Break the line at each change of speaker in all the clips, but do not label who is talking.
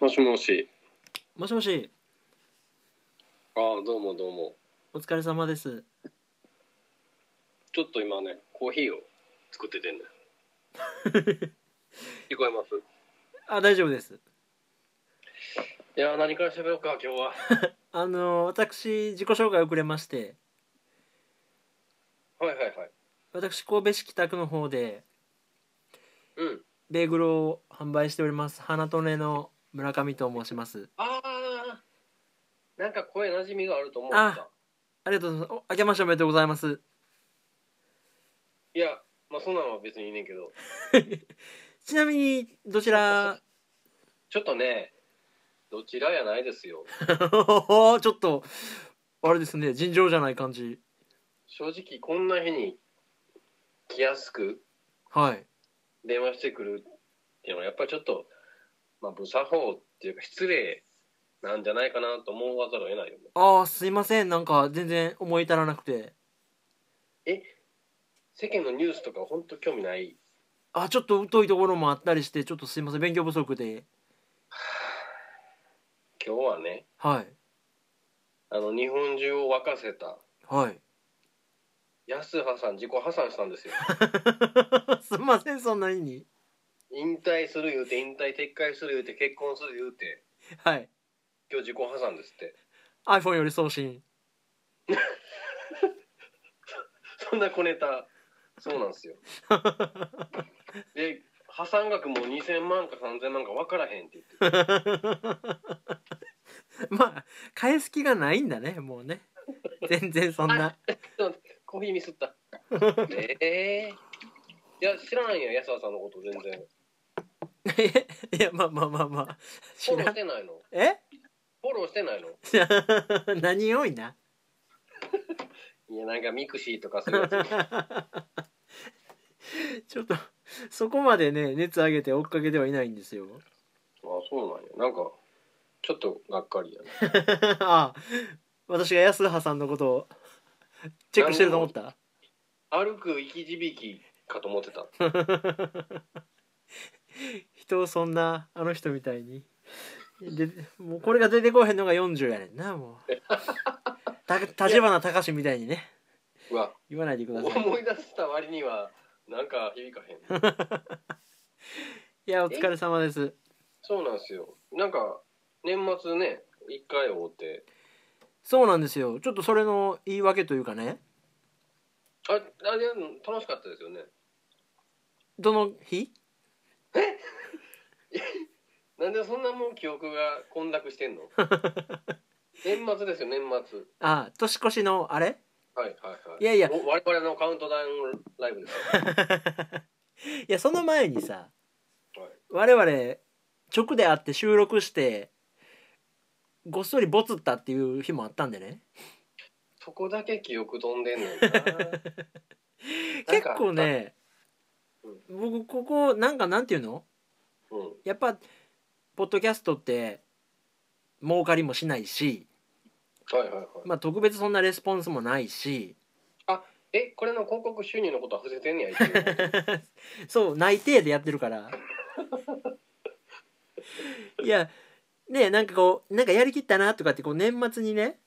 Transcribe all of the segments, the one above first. もしもし。
もしもし、
ああ、どうもどうも。
お疲れ様です。
ちょっと今ね、コーヒーを作っててんだよ。 聞こえます
あ、大丈夫です。
いやー、何から喋ろうか、今日は。
あの私自己紹介遅れまして、
はいはいはい。
私神戸市北区の方で
うん。
ベーグルを販売しております。花トネの村上と申します。
ああ、なんか声なじみがあると思った
あ。ありがとうございます。お明けましておめでとうございます。
いや、まあそんなのは別にいいねんけど、
ちなみにどちら
ちょっとね、どちらやないですよ。
ちょっとあれですね、尋常じゃない感じ。
正直こんな日に来やすく
はい。
電話してくるっていうのはやっぱりちょっと、まあ、無作法っていうか失礼なんじゃないかなと思わざるを得ないよね
ああ、すいません。なんか全然思い至らなくて。
世間のニュースとか本当興味ない
あ、ちょっと疎いところもあったりして、ちょっとすいません。勉強不足で。
今日はね
はい。
あの日本中を沸かせた
はい。
安羽さん自己破産したんですよ
すんませんそんなに
引退する言うて引退撤回する言うて結婚する言うて
はい
今日自己破産ですって
iPhone より送信
そんな小ネタそうなんですよで破産額も2000万か3000万か分からへんって言って
まあ返す気がないんだねもうね全然そんな
コーヒーミス った。ええいや、知らんよ、安田さんのこと全然。
え いやまあまあまあまあ
フ
知
ォロー
ら
し
ん
てないの
え
フォローしてないの
知らん何多いない
や、なんかミクシーとかそういう やつ。
ちょっとそこまでね熱上げて追っかけてはいないんですよ
ああ、そうなんや。なんか、ちょっとがっかりやね。
あ私が安羽さんのことをチェックしてると思った
歩く生き字引かと思ってた。
人をそんなあの人みたいにでもうこれが出てこうへんのが40やねんなもうた立花隆みたいにね
うわ、
言わないでください
思い出した割には、なんか響かへん。
いやお疲れ様です
そうなんですよ。なんか、年末ね、一回会うて、
そうなんですよちょっとそれの言い訳というかね
あ、あれ、楽しかったですよね。
どの日
なんでそんなもう記憶が混濁してん の年末ですよ年末
あ年越しのあれ
はいはいはい
いやいや
お我々のカウントダウンライブです よ
いやその前にさ
はい
我々直で会って収録してごっそりボツったっていう日もあったんでね
そこだけ記憶飛んでんね んななん
結
か
構ね
あ
僕ここなんかなんていうの
うん
やっぱポッドキャストって儲かりもしないし、
はいはいはい
まあ、特別そんなレスポンスもないし
えこれの広告収入のことは伏せてんねや 一応
そう内定でやってるからいやねえなんかこうなんかやりきったなとかってこう年末にね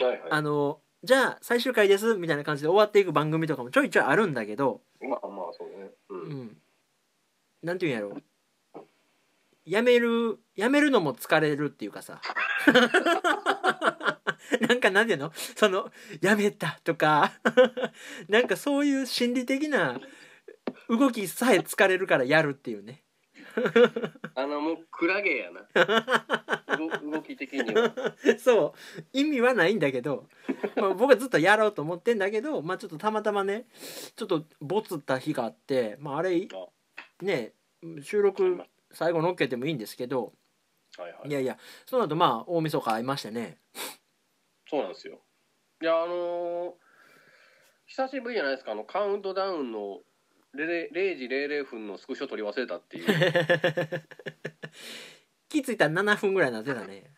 はいは
あのじゃあ最終回ですみたいな感じで終わっていく番組とかもちょいちょいあるんだけど、
いまあまあそうねう、
うんん、なんていうんやろやめるやめるのも疲れるっていうかさ なんかなんていうのそのやめたとかなんかそういう心理的な動きさえ疲れるからやるっていうね
あのもうクラゲ やな動動き的には
そう意味はないんだけど、まあ、僕はずっとやろうと思ってんだけど、まあ、ちょっとたまたまねちょっとボツった日があって、まあ、あれね収録最後乗っけてもいいんですけど
はいはい
いやいやその後まあ大晦日会いましてね
そうなんですよ。いや、あのー久しぶりじゃないですか、あの、カウントダウンの0 0時00分のスクショ取り忘れたっていう。
気付いたら7分ぐらいなってたね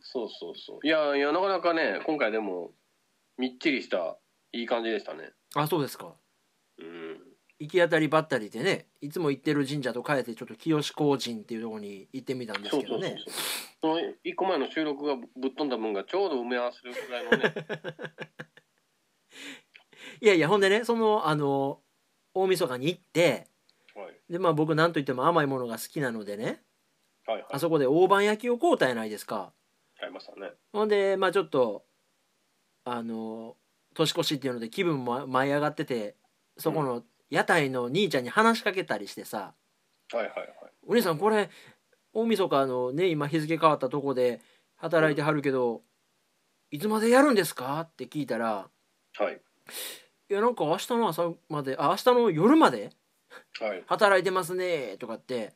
そうそうそう。いや、いや、なかなかね、今回でも、みっちりした、いい感じでしたね。
あそうですか
うん。
行き当たりばったりでねいつも行ってる神社と変えてちょっと清志工神っていうところに行ってみたんです
そう
け
そ
ど
うそう
ね
そう。その一個前の収録がぶぶっ飛んだ分がちょうど埋め合わせるくらいの ね。
いやいやほんでねそのあの大晦日に行って
はい
でまあ僕なんといっても甘いものが好きなのでね
はいはい。
あそこで大判焼きを買うたやないですか
買いましたね。
ほんでまあちょっとあの年越しっていうので気分も舞い上がっててそこの屋台の兄ちゃんに話しかけたりしてさ
はいはいはい。
「お兄さんこれ大晦日のね今日付変わったとこで働いてはるけど、いつまでやるんですか?」って聞いたら
はい。
「いやなんか明日の朝まであ明日の夜まで
はい。
働いてますね」とかって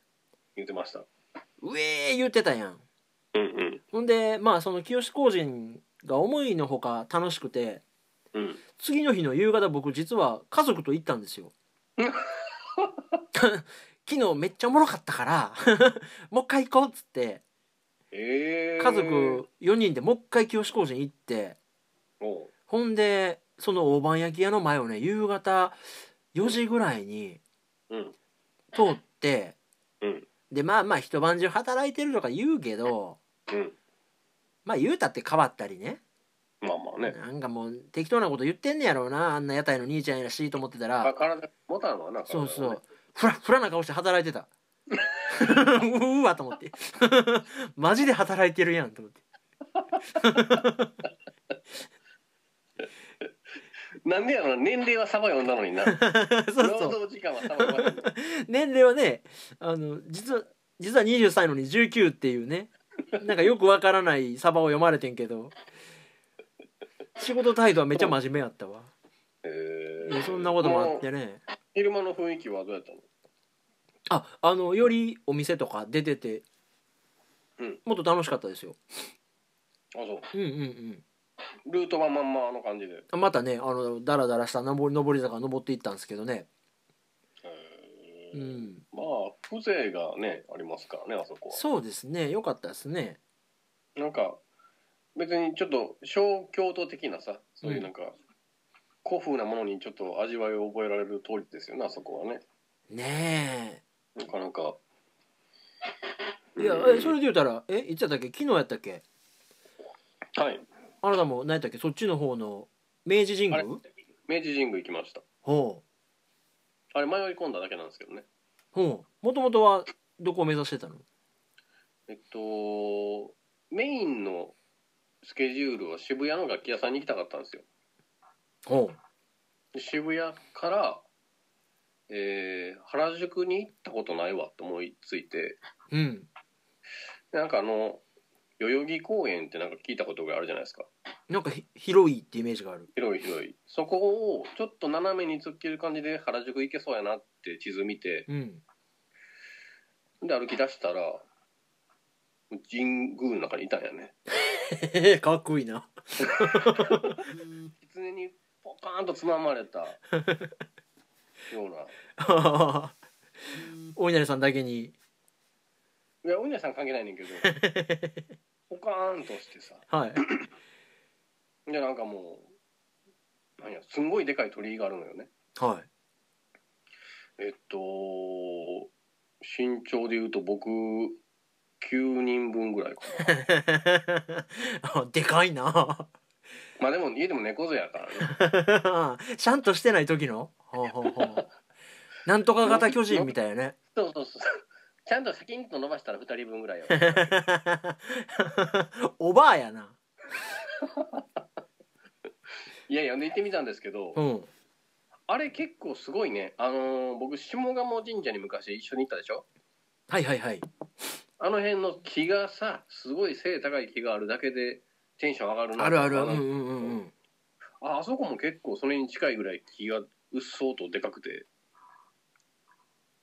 言ってました。
「うえー」言ってたやん。
うんうん。
ほんでまあその清志工人が思いのほか楽しくて
うん。
次の日の夕方僕実は家族と行ったんですよ。 昨日めっちゃおもろかったから もう一回行こうっつって
ええー。
家族4人でもう一回清志工人行って
おう。
ほんでその大判焼き屋の前をね夕方4時ぐらいに
うん。
通って
うん。
でまあまあ一晩中働いてるとか言うけど
うん。
まあ言うたって変わったりね
まあまあね。
なんかもう適当なこと言ってんねやろうなあんな屋台の兄ちゃんやらしいと思ってたら
あ、体持たんわな。体
そ
が
う
ね
そう。フラフラな顔して働いてた うわと思って マジで働いてるやんと思って
なんでやろな、年齢はサバ読んだのにな。
そうそう
労働時間はサバ読ん だ。
年齢はねあの実は実は20歳のに19っていうねなんかよくわからないサバを読まれてんけど仕事態度はめっちゃ真面目やったわ
え
いやそんなこともあってね
昼間の雰囲気はどうやったの
ああのよりお店とか出てて、
うん
もっと楽しかったですよ
あそ
うんうんうん
うルートはまんまあの感じで
あまたねあのダラダラした上り上り坂登っていったんですけどね
へー
うん
まあ風情がねありますからねあそこは
そうですね良かったですね
なんか別にちょっと小京都的なさそういうなんか、古風なものにちょっと味わいを覚えられる通りですよねあそこはね
ね
なかなか
えいや
うん
えそれで言うたらえいつやったっけ昨日やったっけ
はい
あなたも何やったっけそっちの方の明治神
あ
宮
れ明治神宮行きました
ほう
あれ迷い込んだだけなんですけどね
ほうもともとはどこを目指してたの
えっとメインのスケジュールは渋谷の楽器屋さんに行きたかったんですよ
ほう
で渋谷から、えー原宿に行ったことないわと思いついて
うん
でなんかあの代々木公園ってなんか聞いたことがあるじゃないですか
なんかひ広いってイメージがある
広い広いそこをちょっと斜めに突っ切る感じで原宿行けそうやなって地図見て
うん
で歩き出したら神宮の中にいたんやね
へへかっこいいな
狐にポカーンとつままれたような
お稲荷さんだけに
いやお稲さん関係ないねんけどポカーンとしてさ
はい
でなんかもうなんやすんごいでかい鳥居があるのよね
は
えっと身長でいうと僕9人分ぐらいか
いあ でかいな
なまあでも家でも猫背やからね
ちゃんとしてない時のほうほうほうなんとか型巨人みたいなね
そうそうそうちゃんとシャキンと伸ばしたら2人分ぐらいよ
おばあやない
やいやで行ってみたんですけど
うん
あれ結構すごいねあのー僕下鴨神社に昔一緒に行ったでしょ
はいはいはい
あの辺の木がさすごい背高い木があるだけでテンション上がるな
あるある
あの
うんうんうんうん
ああそこも結構それに近いぐらい木がうっそうとでかくて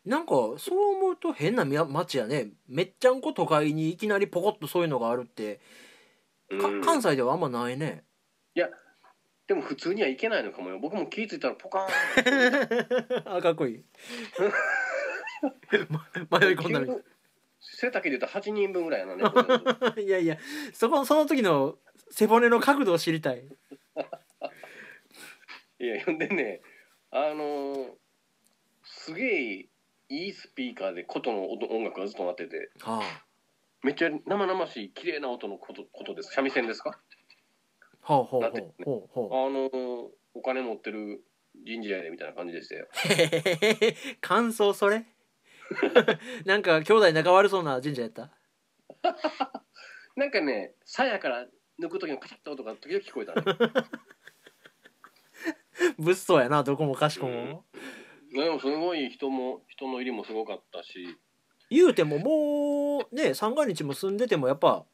なんかそう思うと変なみや町やねめっちゃんこ都会にいきなりポコッとそういうのがあるってか
うん
関西ではあんまないね
でも普通には行けないのかもよ僕も気ぃ付いたらポカーン
あかっこいい ま 迷い込んだみた
急
い
に背丈で言うと8人分ぐらいや な猫背だと
いやいやそこその時の背骨の角度を知りたい
いやほんでねあのーすげえいいスピーカーで琴の音音楽がずっと鳴ってて
は
めっちゃ生々しい綺麗な音のことことです三味線ですか
あほうほう
だってね
ほうほう
あ
ほう
のーお金持ってる人事やでみたいな感じでしたよ
へへへへ感想それ なんか兄弟仲悪そうな神社やった
なんかね鞘から抜く時のカチャッと音が時々聞こえたね
物騒やなどこもかしこも
でもすごい人も人の入りもすごかったし
言うてももうね三が日も住んでてもやっぱ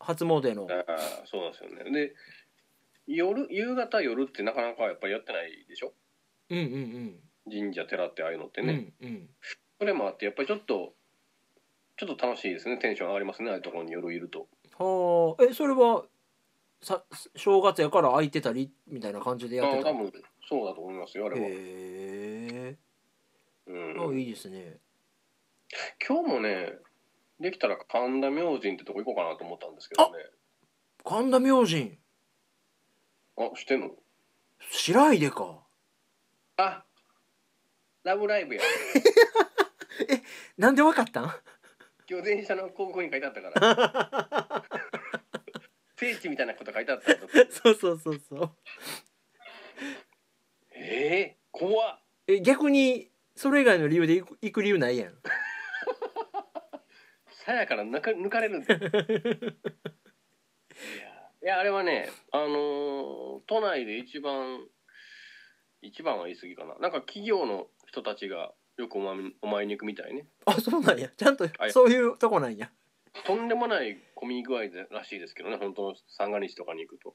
初詣の
あーそうなんですよねで夜夕方夜ってなかなかやっぱりやってないでしょ
うんうんうん
神社寺ってああいうのって
う
ね、
んうん
それもあってやっぱりちょっとちょっと楽しいですねテンション上がりますねああいうところに夜いると
はあえそれはさ正月やから空いてたりみたいな感じで
あ
やって
ー
た
多
へ
分そうだと思いますよあれは、
え
う
あ
ん、
いいですね
今日もねできたら神田明神ってとこ行こうかなと思ったんですけどね
神田明神
あしてんの
白いでか
あラブライブや
なんでわかったん
今日電車の広告に書いてあったから 聖地みたいなこと書いてあったと
そうそうそうそう
ええ怖っ
え逆にそれ以外の理由で行く行く理由ないやん
さやから抜か抜かれるんだ いやいやあれはねあのー都内で一番一番は言い過ぎかななんか企業の人たちがよくお参りお参りに行くみたいね
あそうなんやちゃんと
はい
そういうとこなんや
とんでもない混み具合でらしいですけどね本当の三が日とかに行くと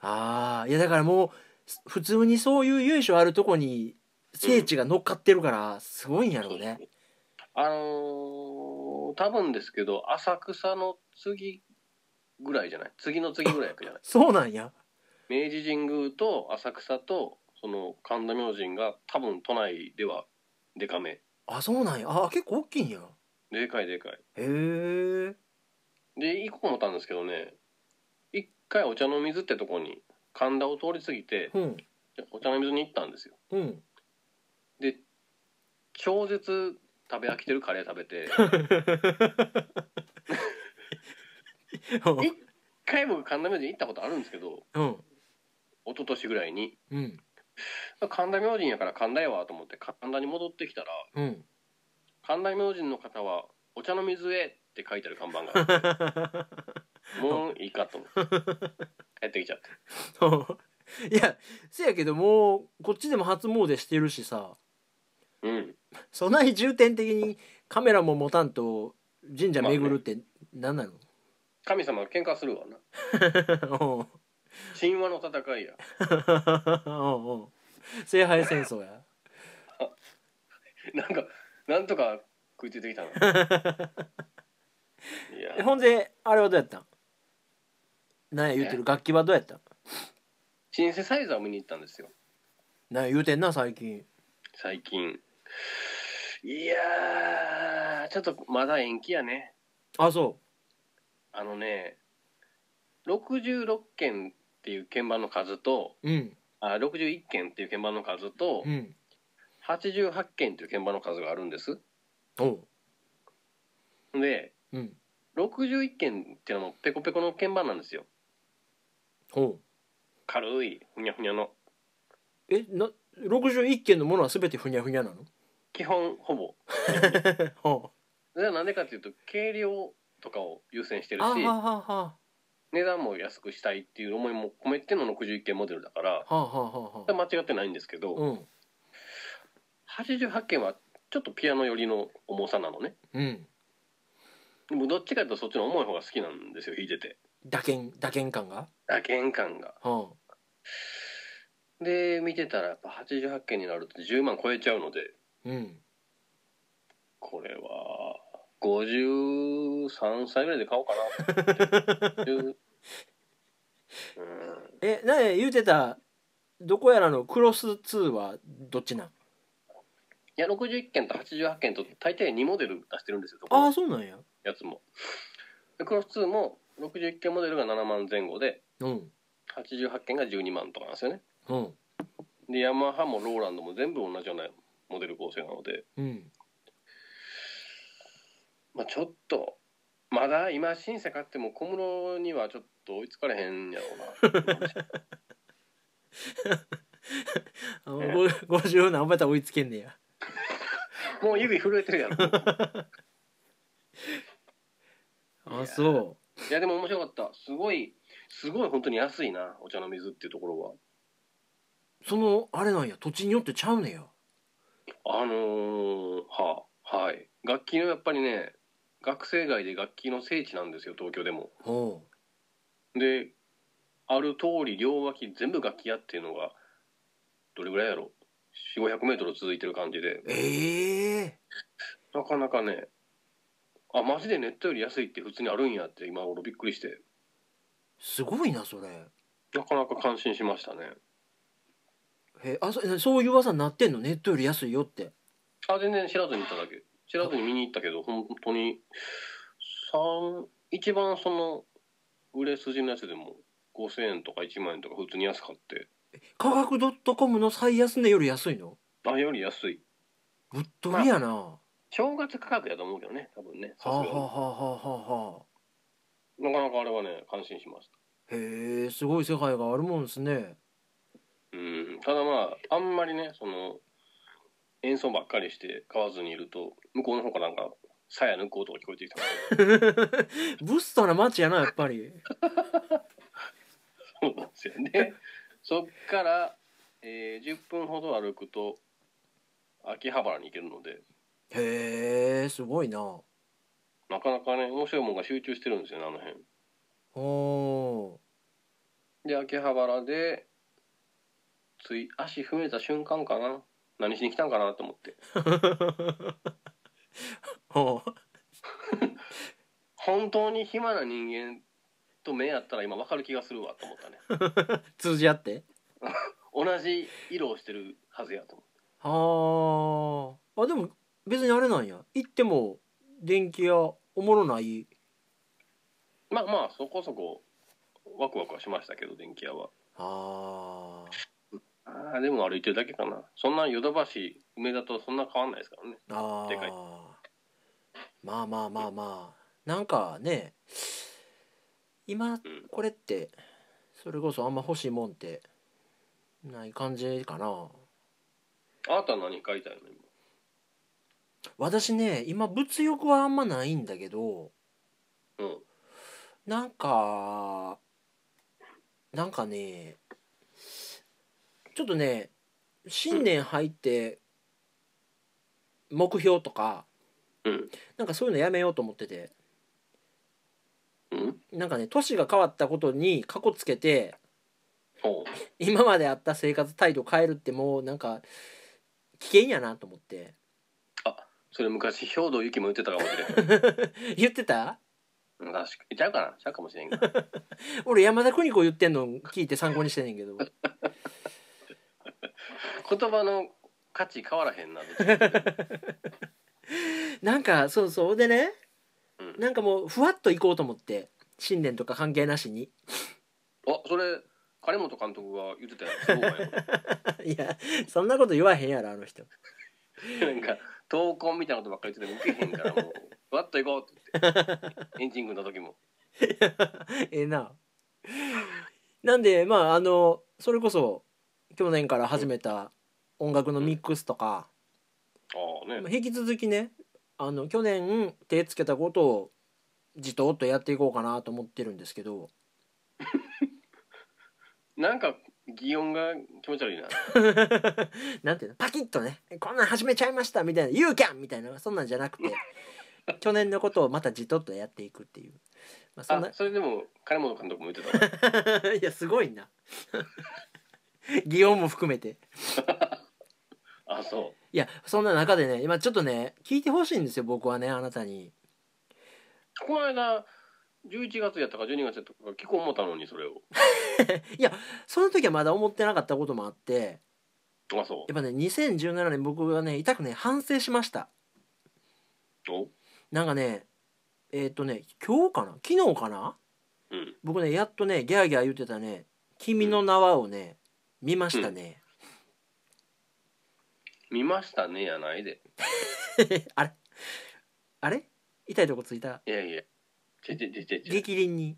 ああいやだからもうす普通にそういう由緒あるとこに聖地が乗っかってるからすごいんやろうね、
あのー多分ですけど浅草の次ぐらいじゃない次の次ぐらいじゃない
そうなんや
明治神宮と浅草とその神田明神が多分都内ではでかめ
あそうなんやあ結構大きいんや
でかいでかい
へえ
で行こう思ったんですけどね一回お茶の水ってとこに神田を通り過ぎて
うん
お茶の水に行ったんですよ
うん
で超絶食べ飽きてるカレー食べて一回僕神田明神行ったことあるんですけど
うん
一昨年ぐらいに
うん
神田明神やから神田やわと思って神田に戻ってきたら
うん
神田明神の方は「お茶の水へ」って書いてある看板があってもういいかと思って帰ってきちゃって
いやせやけどもうこっちでも初詣してるしさ
うん
そんなに重点的にカメラも持たんと神社巡るって何なの、
神様喧嘩するわな
おう
神話の戦いや
おうおう聖杯戦争や
なんかなんとか食いついてきたない
え
や
ほんであれはどうやったんなんや言うてる楽器はどうやったん
シンセサイザーを見に行ったんですよ
なんや言うてんな最近
最近いやーちょっとまだ延期やね
あそ
あのね66件っていう鍵盤の数と
ううん
あ61件っていう鍵盤の数と
うん
88件っていう鍵盤の数があるんです
おう
で
うん
61件っていうのもペコペコの鍵盤なんですよ
おう
軽いふにゃふにゃの
えな61件のものは全てふにゃふにゃなの
基本ほぼ
おう
それはなんでかっていうと軽量とかを優先してる
あは
し
はは
値段も安くしたいっていう思いも込めての61件モデルだから
はははは
それは間違ってないんですけど、
うん
88件はちょっとピアノ寄りの重さなのね
うん
でもどっちかというとそっちの重い方が好きなんですよ弾いてて
打鍵打鍵感が
打鍵感が
うん
で見てたらやっぱ88件になると10万超えちゃうので
うん
これは53歳ぐらいで買おうかなと思ってうん
えなんや言うてたどこやらのクロス2はどっちなん
いや61件と88件と大体2モデル出してるんですよどこ
あ
の
あそうなんや
やつもでクロス2も61件モデルが7万前後で
うん
88件が12万とかなんですよね
うん
でヤマハもローランドも全部同じようなモデル構成なので、
うん
まあ、ちょっとまだ今シンセ買っても小室にはちょっと追いつかれへんやろうな
あの
ええ
ご50何倍たら追いつけんねや
もう指震えてるやろい
あ
や
そ
いやでも面白かったすごいすごい本当に安いなお茶の水っていうところ
うそのあれなんや土地によってちゃうねや
はあのーはあはい楽器のやっぱりね学生街で楽器の聖地なんですよ東京でも
ほ
である通り両脇全部楽器屋っていうのがどれぐらいやろ4 5 0 0メートル続いてる感じで
うええ
なかなかねあマジでネットより安いって普通にあるんやって今頃びっくりして
すごいなそれ
なかなか感心しましたね
えあそそういう噂になってんのネットより安いよって
あ全然知らずに行っただけ知らずに見に行ったけど本当に三一番その売れ筋のやつでも5000円とか1万円とか普通に安かって
価格 .com の最安値より安いの
あより安い
ぶっ飛びやな、
正月価格やと思うけどね多分ねさ
はあ、は
すが
あ
に
はあはあはあ
なかなかあれはね感心しました
へえすごい世界があるもんですね
うんただまああんまりねその演奏ばっかりして買わずにいると向こうの方からなんかさや抜こうとか聞こえてきたか
ブストな街やなやっぱり
らそうなんですよねそっから、えー10分ほど歩くと秋葉原に行けるので
へえすごいな
なかなかね面白いもんが集中してるんですよねあの辺
お
で秋葉原でつい足踏めた瞬間かな何しに来たんかなと思って
ーおう
本当に暇な人間と目やったら今わかる気がするわと思ったね
通じ合って
同じ色をしてるはずやと思って
はああでも別にあれなんや行っても電気屋おもろない
まあまあそこそこワクワクはしましたけど電気屋は
あー
ああでも歩いてるだけかなそんなヨドバシ梅田とそんな変わんないですからね
あ
でかい
ーまあまあまあまあなんかね今
うん
これってそれこそあんま欲しいもんってない感じかな
あなたは何買いたいの今
私ね今物欲はあんまないんだけど
うん
なんかなんかねちょっとね新年入って目標とか
うん
なんかそういうのやめようと思ってて
うん
なんかね年が変わったことに過去つけて
おう
今まであった生活態度変えるってもうなんか危険やなと思って
それ昔兵藤由紀も言ってたかもしれん
言ってた
うん確かちゃうかなちゃうかもしれんが
俺山田邦子言ってんの聞いて参考にしてんねんけど
言葉の価値変わらへんなどっちかっていうと
なんかそうそうでね
うん
なんかもうふわっと行こうと思って新年とか関係なしに
あそれ金本監督が言ってたやつそうなんや
いやそんなこと言わへんやろあの人
なんか闘魂みたいなことばっかり言ってても受けへんからもうふわっと行こうって言ってエンジン組んだ時も
ええななんでまああのそれこそ去年から始めた音楽のミックスとか、
ああね
まあ引き続きねあの去年手つけたことをじとっとやっていこうかなと思ってるんですけど
なんか擬音が気持ち悪いな
なんていうのパキッとねこんなん始めちゃいましたみたいな「You can!」みたいなそんなんじゃなくて去年のことをまたじとっとやっていくっていう、まあ、そんな
あそれでも金本監督も言ってたわ
いやすごいな擬音も含めて
あそ
いやそんな中でね今ちょっとね聞いてほしいんですよ僕はねあなたに
うこの間11月やったか12月やったか結構思ったのにそれを
その時はまだ思ってなかったこともあって
あそ
やっぱね2017年僕はね痛くね反省しました
うお
なんかねえっ、とね今日かな昨日かな
うん
僕ねやっとねギャーギャー言ってたね「君の名は」をね見ましたね、
見ましたねやないで。
あれあれ痛いとこついた
いやいや。ちょちょちょちょちょ
激鱗に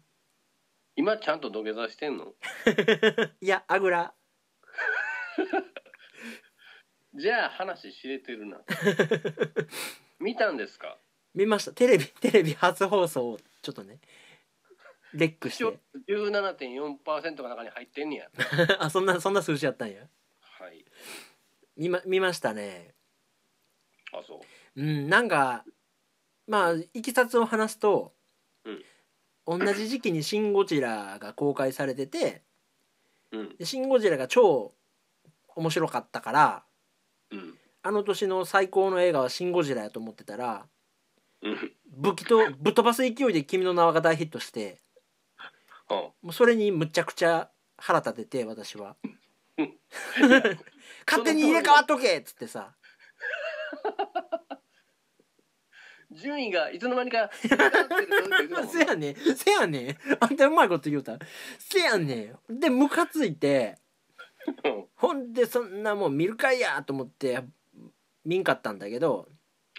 今ちゃんと土下座してんの
いやあぐら
じゃあ話知れてるな。見たんですか
見ましたテレビテレビ初放送をちょっとねレックし
視聴
て
?17.4% が中に入ってんねや。
あそんなそんな数字やったんや
はい。
見ま見ましたね
あ、そう。
うんなんかまあいきさつを話すと、同じ時期に「シン・ゴジラ」が公開されてて
うん
「でシン・ゴジラ」が超面白かったから
うん
あの年の最高の映画は「シン・ゴジラ」やと思ってたら
うん
武器とぶっ飛ばす勢いで「君の名は」が大ヒットして
あ
もうそれにむちゃくちゃ腹立てて私は
うん
「 勝手に入れ替わっとけ!」っつってさ
順位がいつの間にか入れ替わってるって言 ってたもん
せやねんせやねんあんたうまいこと言うたせやねんでムカついて
うん
ほんでそんなもん見るかいやと思って見んかったんだけど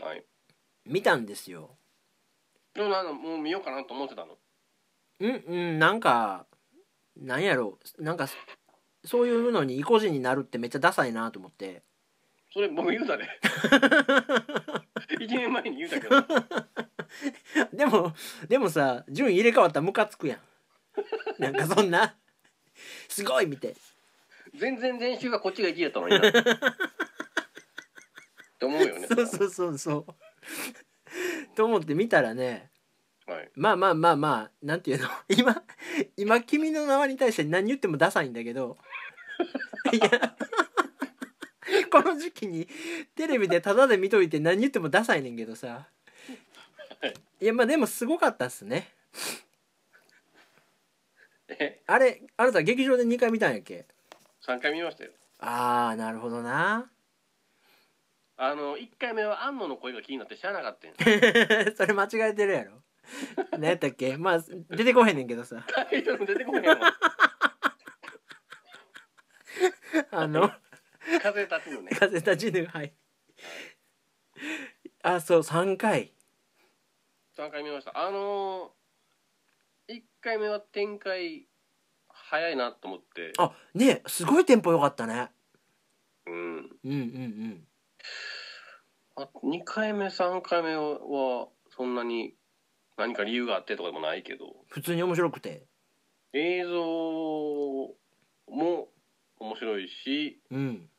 はい。
見たんですよ
でもなんかもう見ようかなと思ってたの。
うんうんなんかなんやろなんかそういうのに意固地になるってめっちゃダサいなと思って
それ僕言うたで。1年前に言うたけ ど。
でもでもさ順位入れ替わったらムカつくやん なんかそんなすごい見て
全然前週はこっちが1位やったのにな。って思うよね。
そうそうそうそうと思って見たらね
はい。
まあまあまあまあなんていうの 今今君の名前に対して何言ってもダサいんだけど いやこの時期にテレビでタダで見といて何言ってもダサいねんけどさいやまあでもすごかったっすね
え、
あれあなた劇場で2回見たんやっけ
3回見ましたよ。
ああなるほどな
あの、1回目は安野の声が気になってしゃあなかったんや
それ間違えてるやろ何やったっけまあ出てこへんねんけどさ
タイトル出てこへんわ。
あの
風立つのね。
風立ちぬはいあそう3回
3回見ました。あのー、1回目は展開早いなと思って。
あねすごいテンポ良かったね
うん。
うんうんうん
あ2回目、3回目はそんなに何か理由があってとかでもないけど。
普通に面白くて
映像も面白いし
うん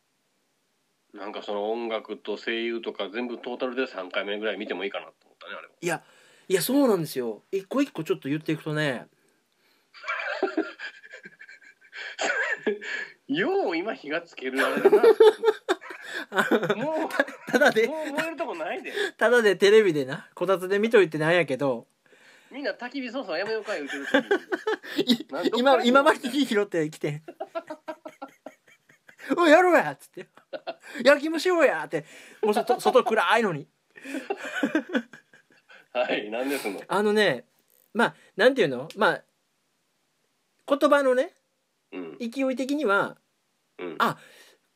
なんかその音楽と声優とか全部トータルで3回目ぐらい見てもいいかなと思ったねあれはい
やそうなんですよ一個一個ちょっと言っていくとね
よう今火がつけるあれだなもうも
ただで
う燃えるとこないで
ただでテレビでなこたつで見といてなんやけど
みんな焚き火操作やめようか言うて る時
い
なんどっか
今
ら
今まで火拾ってきて ん「おいやろうや!」っつって「焼きもしようや!」ってもう外外暗いのに
はいなんですの
あのねまあなんていうのまあ言葉のね
うん
勢い的には
うん
あ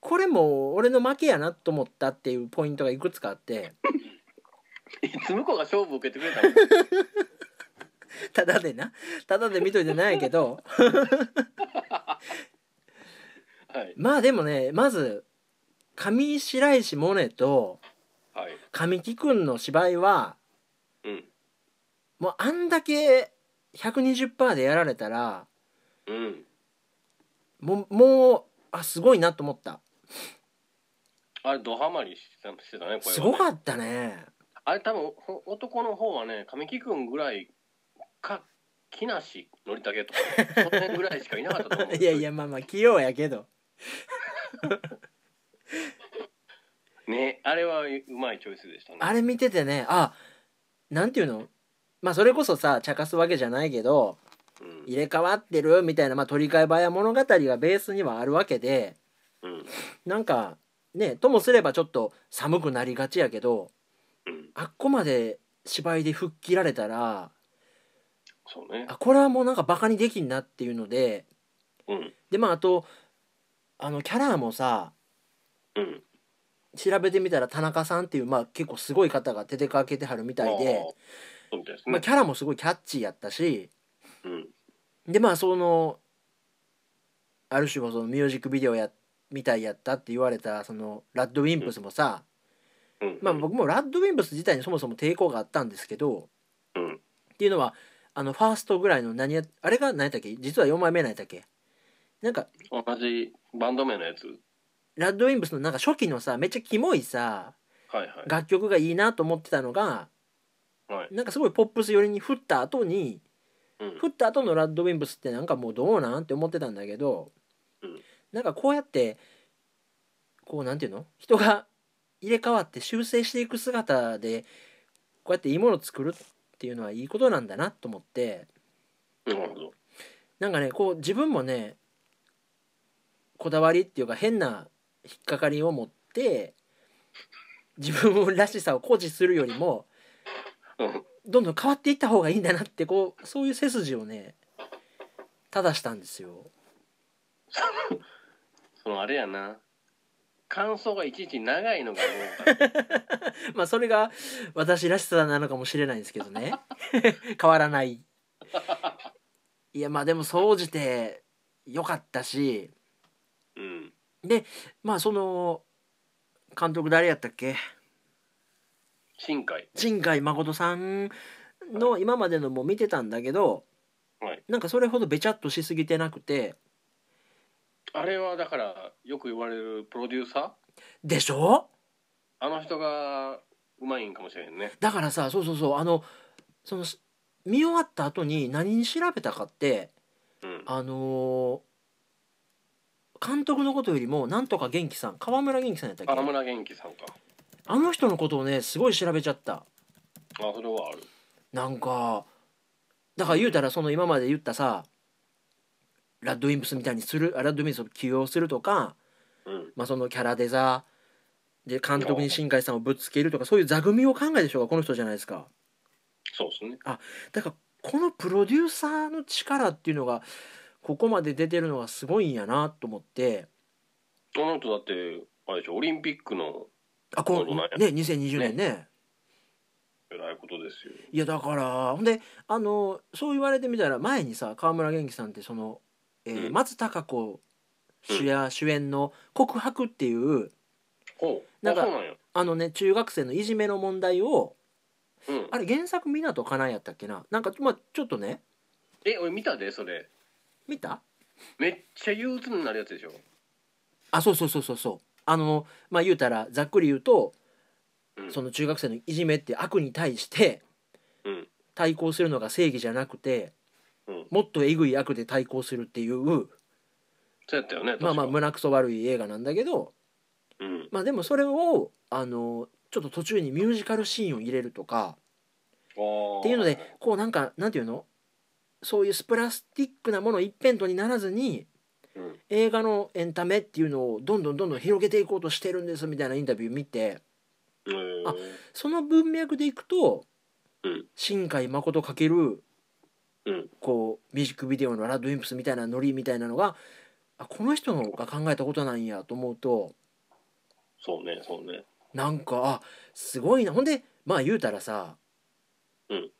これも俺の負けやなと思ったっていうポイントがいくつかあって
いつ向こうが勝負受けてくれたの
ただでなただで見といてないけど
はい
まあでもねまず上白石萌音と
はい
上木君の芝居は
うん
もうあんだけ120%でやられたら
うん
もうもうあすごいなと思った
あれドハマりしてたしてたねこれはね
すごかったね
あれ多分ほ男の方はね神木君ぐらいか木梨憲武とかその辺ぐらいしかいなかったと思う
いやいやまあまあ器用やけど
ねあれはうまいチョイスでしたね
あれ見ててねあなんていうのまあそれこそさ茶化すわけじゃないけど
うん
入れ替わってるみたいな、まあ、取り替え早物語がベースにはあるわけで
うん
なんかねともすればちょっと寒くなりがちやけど
うん
あっこまで芝居で吹っ切られたら
そうね
あこれはもうなんかバカにできんなっていうので
うん
でまああとあのキャラもさ
うん
調べてみたら田中さんっていう、まあ、結構すごい方が手でかけてはるみたいで、
あーそうみたいですね、
まあ、キャラもすごいキャッチーやったし
うん
でまあそのある種もそのミュージックビデオやみたいやったって言われたそのラッドウィンプスもさ、
うん
まあ、僕もラッドウィンプス自体にそもそも抵抗があったんですけど、
うん
っていうのはあのファーストぐらいの何やあれが何やったっけ実は4枚目何やったっけなんか
同じバンド名のやつ
ラッドウィンプスのなんか初期のさめっちゃキモいさ
はいはい
楽曲がいいなと思ってたのが
はい、
なんかすごいポップス寄りに振った後に
うん
振った後のラッドウィンプスってなんかもうどうなんって思ってたんだけど、
うん
なんかこうやってこうなんていうの人が入れ替わって修正していく姿でこうやっていいもの作るっていうのはいいことなんだなと思って
なるほど
なんかねこう自分もねこだわりっていうか変な引っかかりを持って自分らしさを誇示するよりも
うん
どんどん変わっていった方がいいんだなってこうそういう背筋をね正したんですよ。
そのあれやな感想がいちいち長いのがどうか
まあそれが私らしさなのかもしれないんですけどね 変わらないいやまあでも総じて良かったし
うん
まあその監督誰やったっけ
新海
陣海誠さんの今までのも見てたんだけど、
はい
なんかそれほどべちゃっとしすぎてなくて
あれはだからよく言われるプロデューサー
でしょ
あの人がうまいんかもしれへんね
だからさそうそうそうあのそのし見終わった後に何に調べたかって
うん
あのー監督のことよりもなんとか元気さん川村元気さんやったっけ
河村元気さんか
あの人のことをねすごい調べちゃった
あそれはある
なんかだから言うたらその今まで言ったさラッドウィンプスみたいにするあラッドウィンプスを起用するとか、
うん
まあ、そのキャラデザで監督に新海さんをぶつけるとかそういう座組を考えでしょうがこの人じゃないですか。
そうですね
だからこのプロデューサーの力っていうのがここまで出てるのがすごいんやなと思って
あの人だってあれでしょオリンピックの
あこ
そうだ
うね2020年ね
えらいことですよ
いやだからほんであのそう言われてみたら前にさ川村元気さんってその、えー
うん
松たか子主や、主演の「告白」っていう
ほう
なんか
あそうなんや
あのね中学生のいじめの問題を
うん
あれ原作湊かなやったっけななんかまあちょっとね
え俺見たでそれ
見た
めっちゃ憂鬱になるやつでしょ
あそうそうそうそうそうあのまあ言うたらざっくり言うと
うん
その中学生のいじめって悪に対して
うん
対抗するのが正義じゃなくて
うん
もっとえぐい悪で対抗するっていう
そうやったよね
まあま
確か
あ胸くそ悪い映画なんだけど
うん
まあでもそれをあのちょっと途中にミュージカルシーンを入れるとか
っ
っていうのでこうなんかなんていうのそういうスプラスティックなもの一辺倒にならずに
うん
映画のエンタメっていうのをどんどんどんどん広げていこうとしてるんですみたいなインタビュー見て
へー
あその文脈でいくと
うん
新海誠かける
うん
こうミュージックビデオのラッドウィンプスみたいなノリみたいなのがあこの人のが考えたことなんやと思うと
そうねそうね
なんかあすごいなほんでまあ言うたらさ、
うん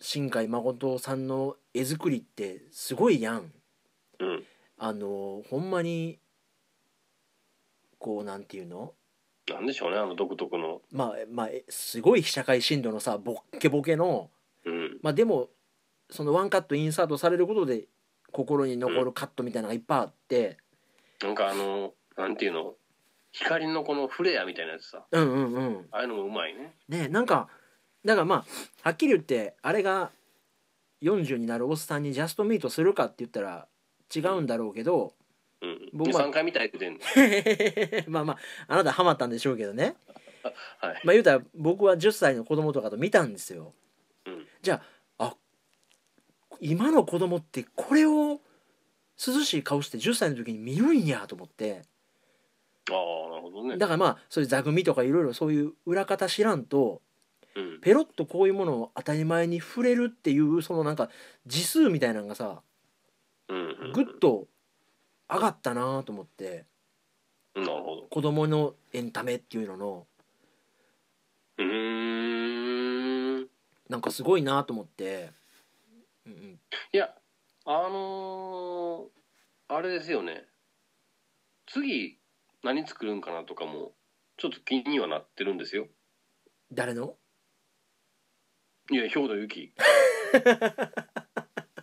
新海誠さんの絵作りってすごいやん
うん
あのほんまにこうなんていうの
なんでしょうねあの独特の
まあまあえすごい被写界深度のさボッケボケの
うん
まあでもそのワンカットインサートされることで心に残るカットみたいなのがいっぱいあって、
なんかあのなんていうの光のこのフレアみたいなやつさ
うん、うんうん
ああいうのもうまいね
ねなんかだからまあはっきり言ってあれが40になるおっさんにジャストミートするかって言ったら違うんだろうけど
うん
僕
二
は
三回見たいって言ってんの
まあまああなたハマったんでしょうけどね
はい
まあ言うたら僕は10歳の子供とかと見たんですよ
うん
今の子供ってこれを涼しい顔して10歳の時に見るんやと思って
ああなるほどね
だからまあそういう座組とかいろいろそういう裏方知らんと
うん
ペロッとこういうものを当たり前に触れるっていうそのなんか時数みたいなのがさ
うんうん
ぐっと上がったなと思って
なるほど
子供のエンタメっていうのの
うーん
なんかすごいなと思って、うんうん、
いやあのーあれですよね次何作るんかなとかもちょっと気にはなってるんですよ
誰の
いや兵頭由 紀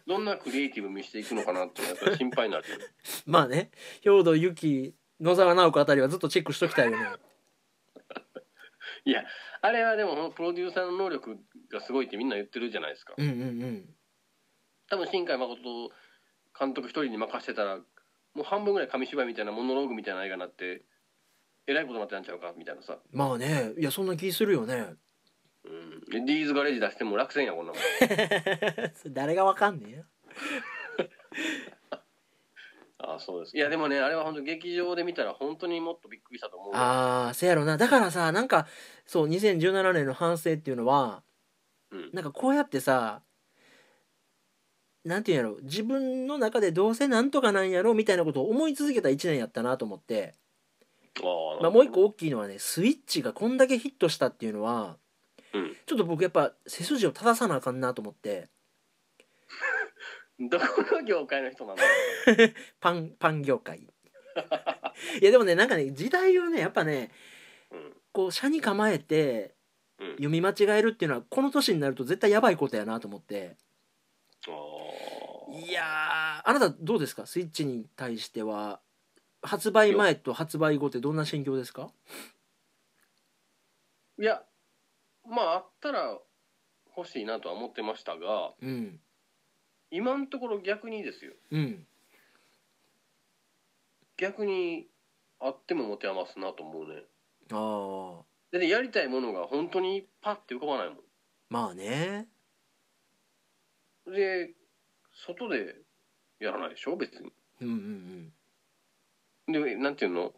どんなクリエイティブ見していくのかなっていうのがやっぱり心配になるよね
まあね兵頭由紀野沢直子あたりはずっとチェックしときたいよ ね
いやあれはでもそのプロデューサーの能力がすごいってみんな言ってるじゃないですか
うんうんうん
多分新海誠監督一人に任せてたらもう半分ぐらい紙芝居みたいなモノローグみたいな映画になってえらいことになってなんちゃうかみたいなさ、
まあねいやそんな気するよね
うん、でディーズガレージ出しても落選やこんなもん
誰がわかんねえよ
ああそうですいやでもねあれは本当劇場で見たら本当にもっとびっくりしたと思う
ああせやろなだからさなんかそう2017年の反省っていうのは
うん
なんかこうやってさなんていうんやろ自分の中でどうせなんとかなんやろみたいなことを思い続けた1年やったなと思って、
ああ
まあ、もう一個大きいのはねスイッチがこんだけヒットしたっていうのは、
うん
ちょっと僕やっぱ背筋を正さなあかんなと思って
どこの業界の人なんだ
パンパン業界いやでもねなんかね時代をねやっぱね
ろう、
こう斜に構えて
うんうん、
読み間違えるっていうのはこの年になると絶対やばいことやなと思って
ああ
いやーあなたどうですかスイッチに対しては発売前と発売後ってどんな心境ですか
いやまああったら欲しいなとは思ってましたが
うん
今のところ逆にですよ
うん
逆にあっても持て余すなと思うね
ああ
でねやりたいものが本当にパッて浮かばないも
まあね
んで外でやらないでしょ別に
うんうん
でなんていうの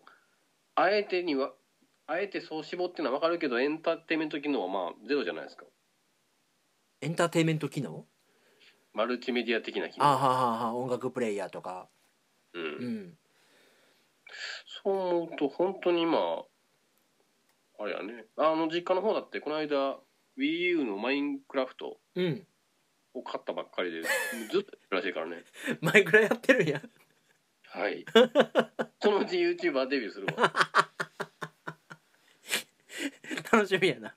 あえてにはあえてそう絞ってのは分かるけどエンターテインメント機能はまあゼロじゃないですか
エンターテインメント機能
マルチメディア的な機
あー
能
はーはーはー音楽プレイヤーとか
う
うんん
そう思うと本当に今あれやねあの実家の方だってこの間 WiiU のマインクラフト
うん
を買ったばっかりでずっとやってるらしいからね
マイクラやってるんや
はい。そのうち YouTuber デビューするわ。
楽しみやな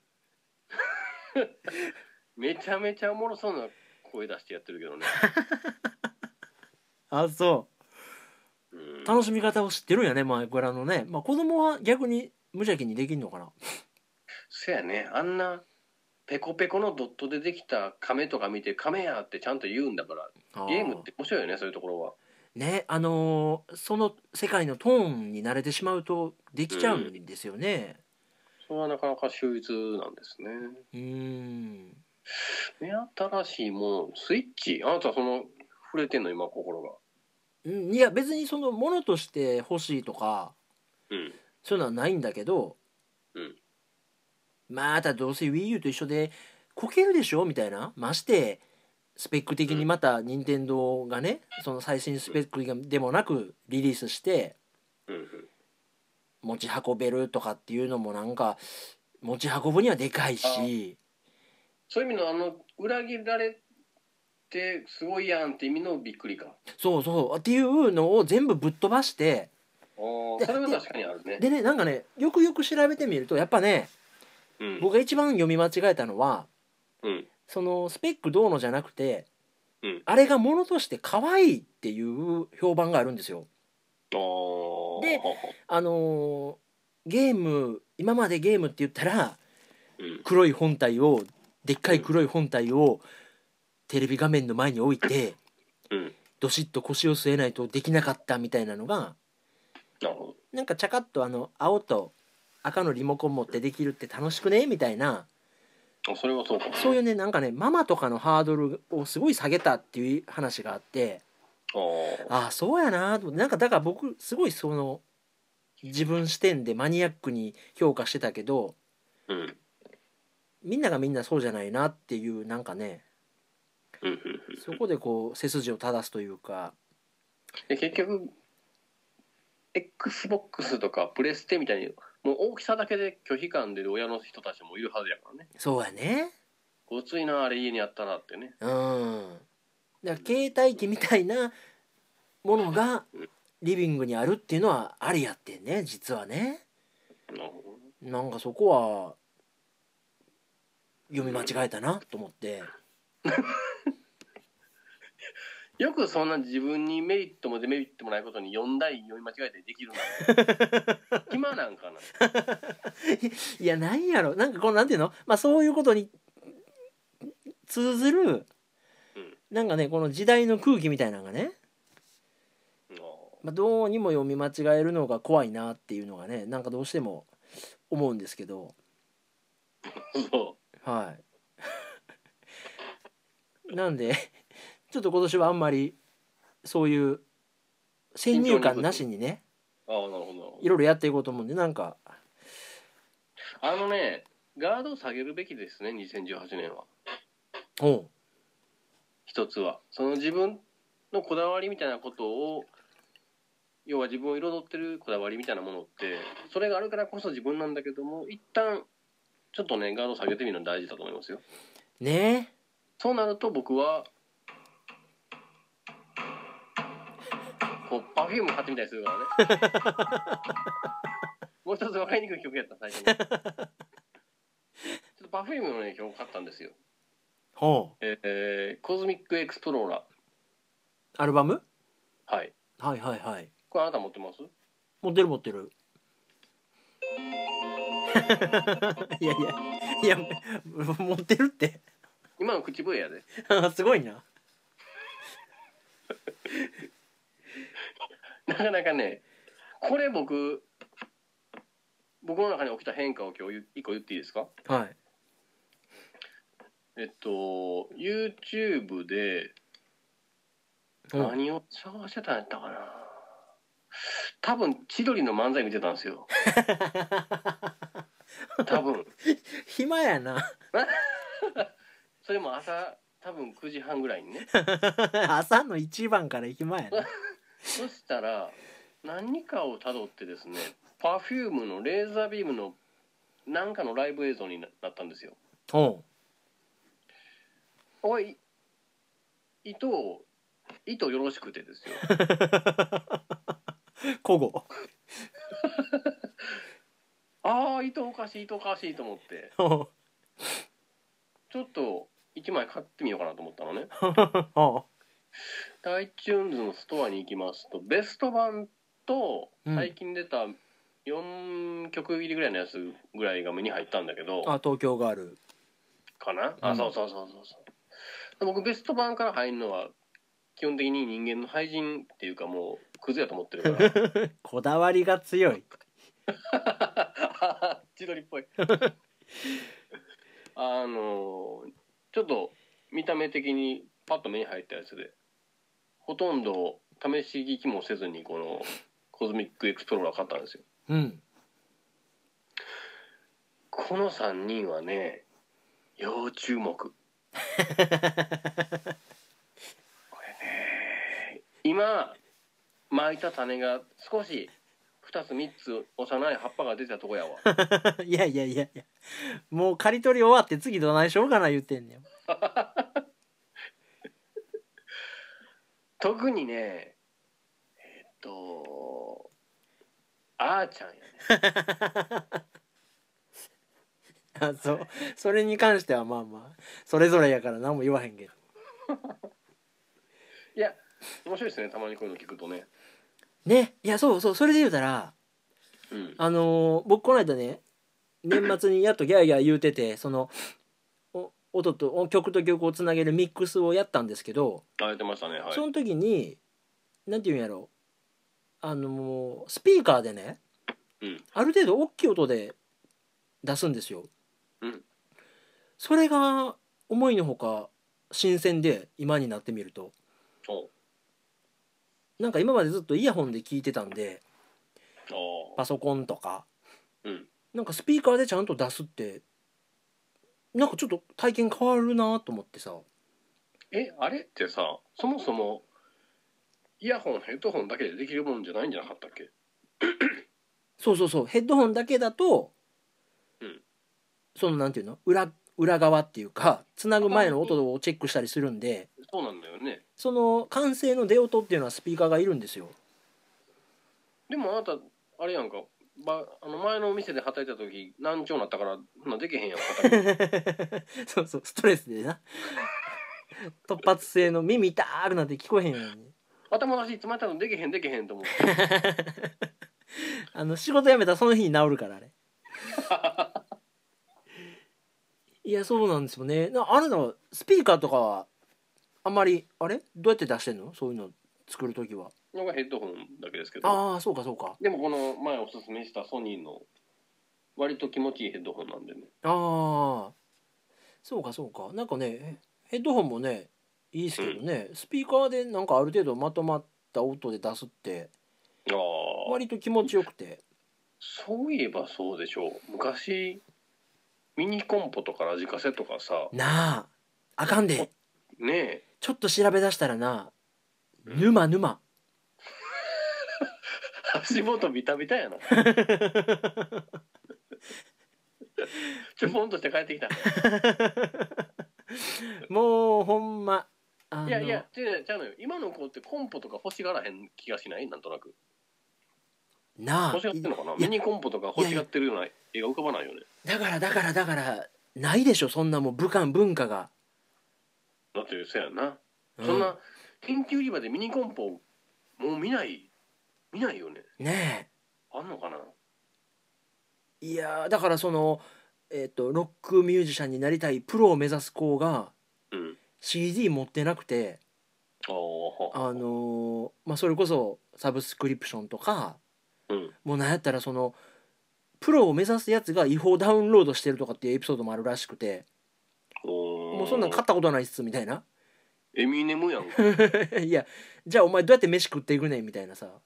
めちゃめちゃおもろそうな声出してやってるけどね。
あそう
うん、
楽しみ方を知ってるんやねマイクラのねまあ子供は逆に無邪気にできんのかな
そやね、あんなペコペコのドットでできた亀とか見て、亀やってちゃんと言うんだから、
あー
ゲームって面白いよね、そういうところは。
ねあのーその世界のトーンに慣れてしまうとできちゃうんですよね
それはなかなか秀逸なんですね。
うーん
目新しいもの、スイッチ、あなたはその、触れてんの、今、心が。
うんいや別にそのものとして欲しいとか
うん。
そういうのはないんだけど、
うん
またどうせ WiiU と一緒でこけるでしょみたいなましてスペック的にまた任天堂がねその最新スペックでもなくリリースして
うんうん、
持ち運べるとかっていうのもなんか持ち運ぶにはでかいし。
そういう意味の、あの、裏切られて、すごいやんって意味のびっくりか。
そうそうっていうのを全部ぶっ飛ばして
あーそれは確かにあるね。
でねなんかねよくよく調べてみるとやっぱね
うん
僕が一番読み間違えたのは
うん
そのスペックどうのじゃなくて、
うん
あれがものとして可愛いっていう評判があるんですよ。
あー
であのーゲーム今までゲームって言ったら
うん
黒い本体をでっかい黒い本体をテレビ画面の前に置いて
うん、
どしっと腰を据えないとできなかったみたいなのが
なるほど。
なんかちゃかっとあの青と赤のリモコン持ってできるって楽しくねみたいな
あそれはそうかも、ね。
そういうねなんかねママとかのハードルをすごい下げたっていう話があって
あ
ああそうやなと思ってなんかだから僕すごいその自分視点でマニアックに評価してたけど
あ、うん。
みんながみんなそうじゃないなっていうなんかね
うんうんうん
そこでこう背筋を正すというか
で結局 XBOX とかプレステみたいにもう大きさだけで拒否感出る親の人たちもいるはずやからね
そうやね
ごついなあれ家にあったなってね
うんだから携帯機みたいなものがリビングにあるっていうのはありやってんね実はね
なるほどね
なんかそこは読み間違えたなと思って
よくそんな自分にメリットもデメリットもないことに4台読み間違えてできる な暇なんかない
やなんやろなんかこのなんていうの、まあ、そういうことに通ずる
うん
なんかねこの時代の空気みたいなのがね、
うん
まあ、どうにも読み間違えるのが怖いなっていうのがねなんかどうしても思うんですけど
そ
はい。 なんでちょっと今年はあんまりそういう先入観なしにね
うああなるほどなるほ
い
ど
ろいろやっていこうと思うんでなんか
あのねガードを下げるべきですね2018年は
おう
一つはその自分のこだわりみたいなことを要は自分を彩ってるこだわりみたいなものってそれがあるからこそ自分なんだけども一旦ちょっとねガードを下げてみるの大事だと思いますよ
ね
そうなると僕はこうパフューム買ってみたりするからねもう一つ分かりにくい曲やった最初にちょっとパフュームのね曲買ったんですよ
ほう
えーコズミックエクスプローラ
アルバム
ーはい
はいはいはい
これあなた持ってます
持ってる持ってる いやいやいや持ってるって
今の口笛やで。
すごいな
なかなかね、これ僕、僕の中に起きた変化を今日言一個言っていいですか
はい
えっと、YouTube で
おう
何を探してたんやったかな、多分、千鳥の漫才見てたんですよ。多分。
暇やな
それも朝、多分9時半ぐらいにね。
朝の一番から暇やな
そしたら何かをたどってですね Perfume のレーザービームのなんかのライブ映像にななったんですよ。
おう
おい糸を糸よろしくて ですよ。
古語
ああ糸おかしい糸おかしいと思って
おう
ちょっと1枚買ってみようかなと思ったのね。
おう
iTunes のストアに行きますとベスト版と
うん
最近出た4曲入りぐらいのやつぐらいが目に入ったんだけど。
あ東京ガール
かな、あ
うん
そうそうそうそうそう僕ベスト版から入るのは基本的に人間の廃人っていうかもうクズやと思ってるから
こだわりが強い
千鳥っぽいあのちょっと見た目的にパッと目に入ったやつでほとんど試し聞きもせずにこのコズミックエクスプローラー買ったんですよ
うん
この3人はね要注目 これね今巻いた種が少し2つ3つ幼い葉っぱが出たとこやわ
いやいやいやいやもう刈り取り終わって次どないしようかな言ってんねん
特にねえっとあーちゃんやね
あそうそれに関してはまあまあそれぞれやから何も言わへんけど
いや面白いですねたまにこういうの聞くとね
ねいやそうそうそれで言うたら
うん
あのー僕この間ね年末にやっとギャーギャー言うててそのお音とお曲と曲をつなげるミックスをやったんですけど、
あれてましたねはい
その時になんて言うんやろあのースピーカーでね、
うん
ある程度大きい音で出すんですよ、
うん
それが思いのほか新鮮で今になってみると
お
なんか今までずっとイヤホンで聞いてたんで
あ
パソコンとか
ーうん
なんかスピーカーでちゃんと出すってなんかちょっと体験変わるなと思ってさ
えあれってさそもそもイヤホンヘッドホンだけでできるもんじゃないんじゃなかったっけ
そうそうそうヘッドホンだけだと、
うん
そのなんていうの裏裏側っていうかつなぐ前の音をチェックしたりするんで
そうなんだよね
その完成の出音っていうのはスピーカーがいるんですよ
でもあなたあれやんかばあの前のお店で働いた時難聴になったからそんなんできへんやん働き
そうそうストレスでな 突発性の耳痛ーるなんて聞こえへんように
頭の足詰まったのできへんできへんと思う
あの仕事辞めたらその日に治るからあれいやそうなんですよねなあなたはスピーカーとかはあんまりあれどうやって出してんのそういうの作る時は
のがヘッドホンだけですけ ど
ああそうかそうか
でもこの前おすすめしたソニーの割と気持ちいいヘッドホンなんでね
ああそうかそうかなんかねヘッドホンもねいいですけどね、スピーカーでなんかある程度まとまった音で出すって
ああ
割と気持ちよくて
そういえばそうでしょう昔ミニコンポとかラジカセとかさ
なああかんで
ねえ
ちょっと調べ出したらな
うん
沼沼
足元ビタビタやな ちょぽんとして帰ってきた
もうほんまあの
いやいや違う違う違うのよ今の子ってコンポとか欲しがらへん気がしないなんとなく
なあ
欲しがってんのかない
や
ミニコンポとか欲しがってるような絵が浮かばないよね
だからだからだからないでしょそんなもう武漢文化が、
だってそうやんな、
う
そんな研究売り場でミニコンポもう見ない見ないよね
ね
あんのかな
えいやーだからそのえっ、とロックミュージシャンになりたいプロを目指す子が
うん
CD 持ってなくて
ああ
あのーまあそれこそサブスクリプションとか
うん
もうなんやったらそのプロを目指すやつが違法ダウンロードしてるとかっていうエピソードもあるらしくても
も
うそんなん買ったことないっすみたいな
エミネムやんか
いやじゃあお前どうやって飯食っていくねんみたいな さ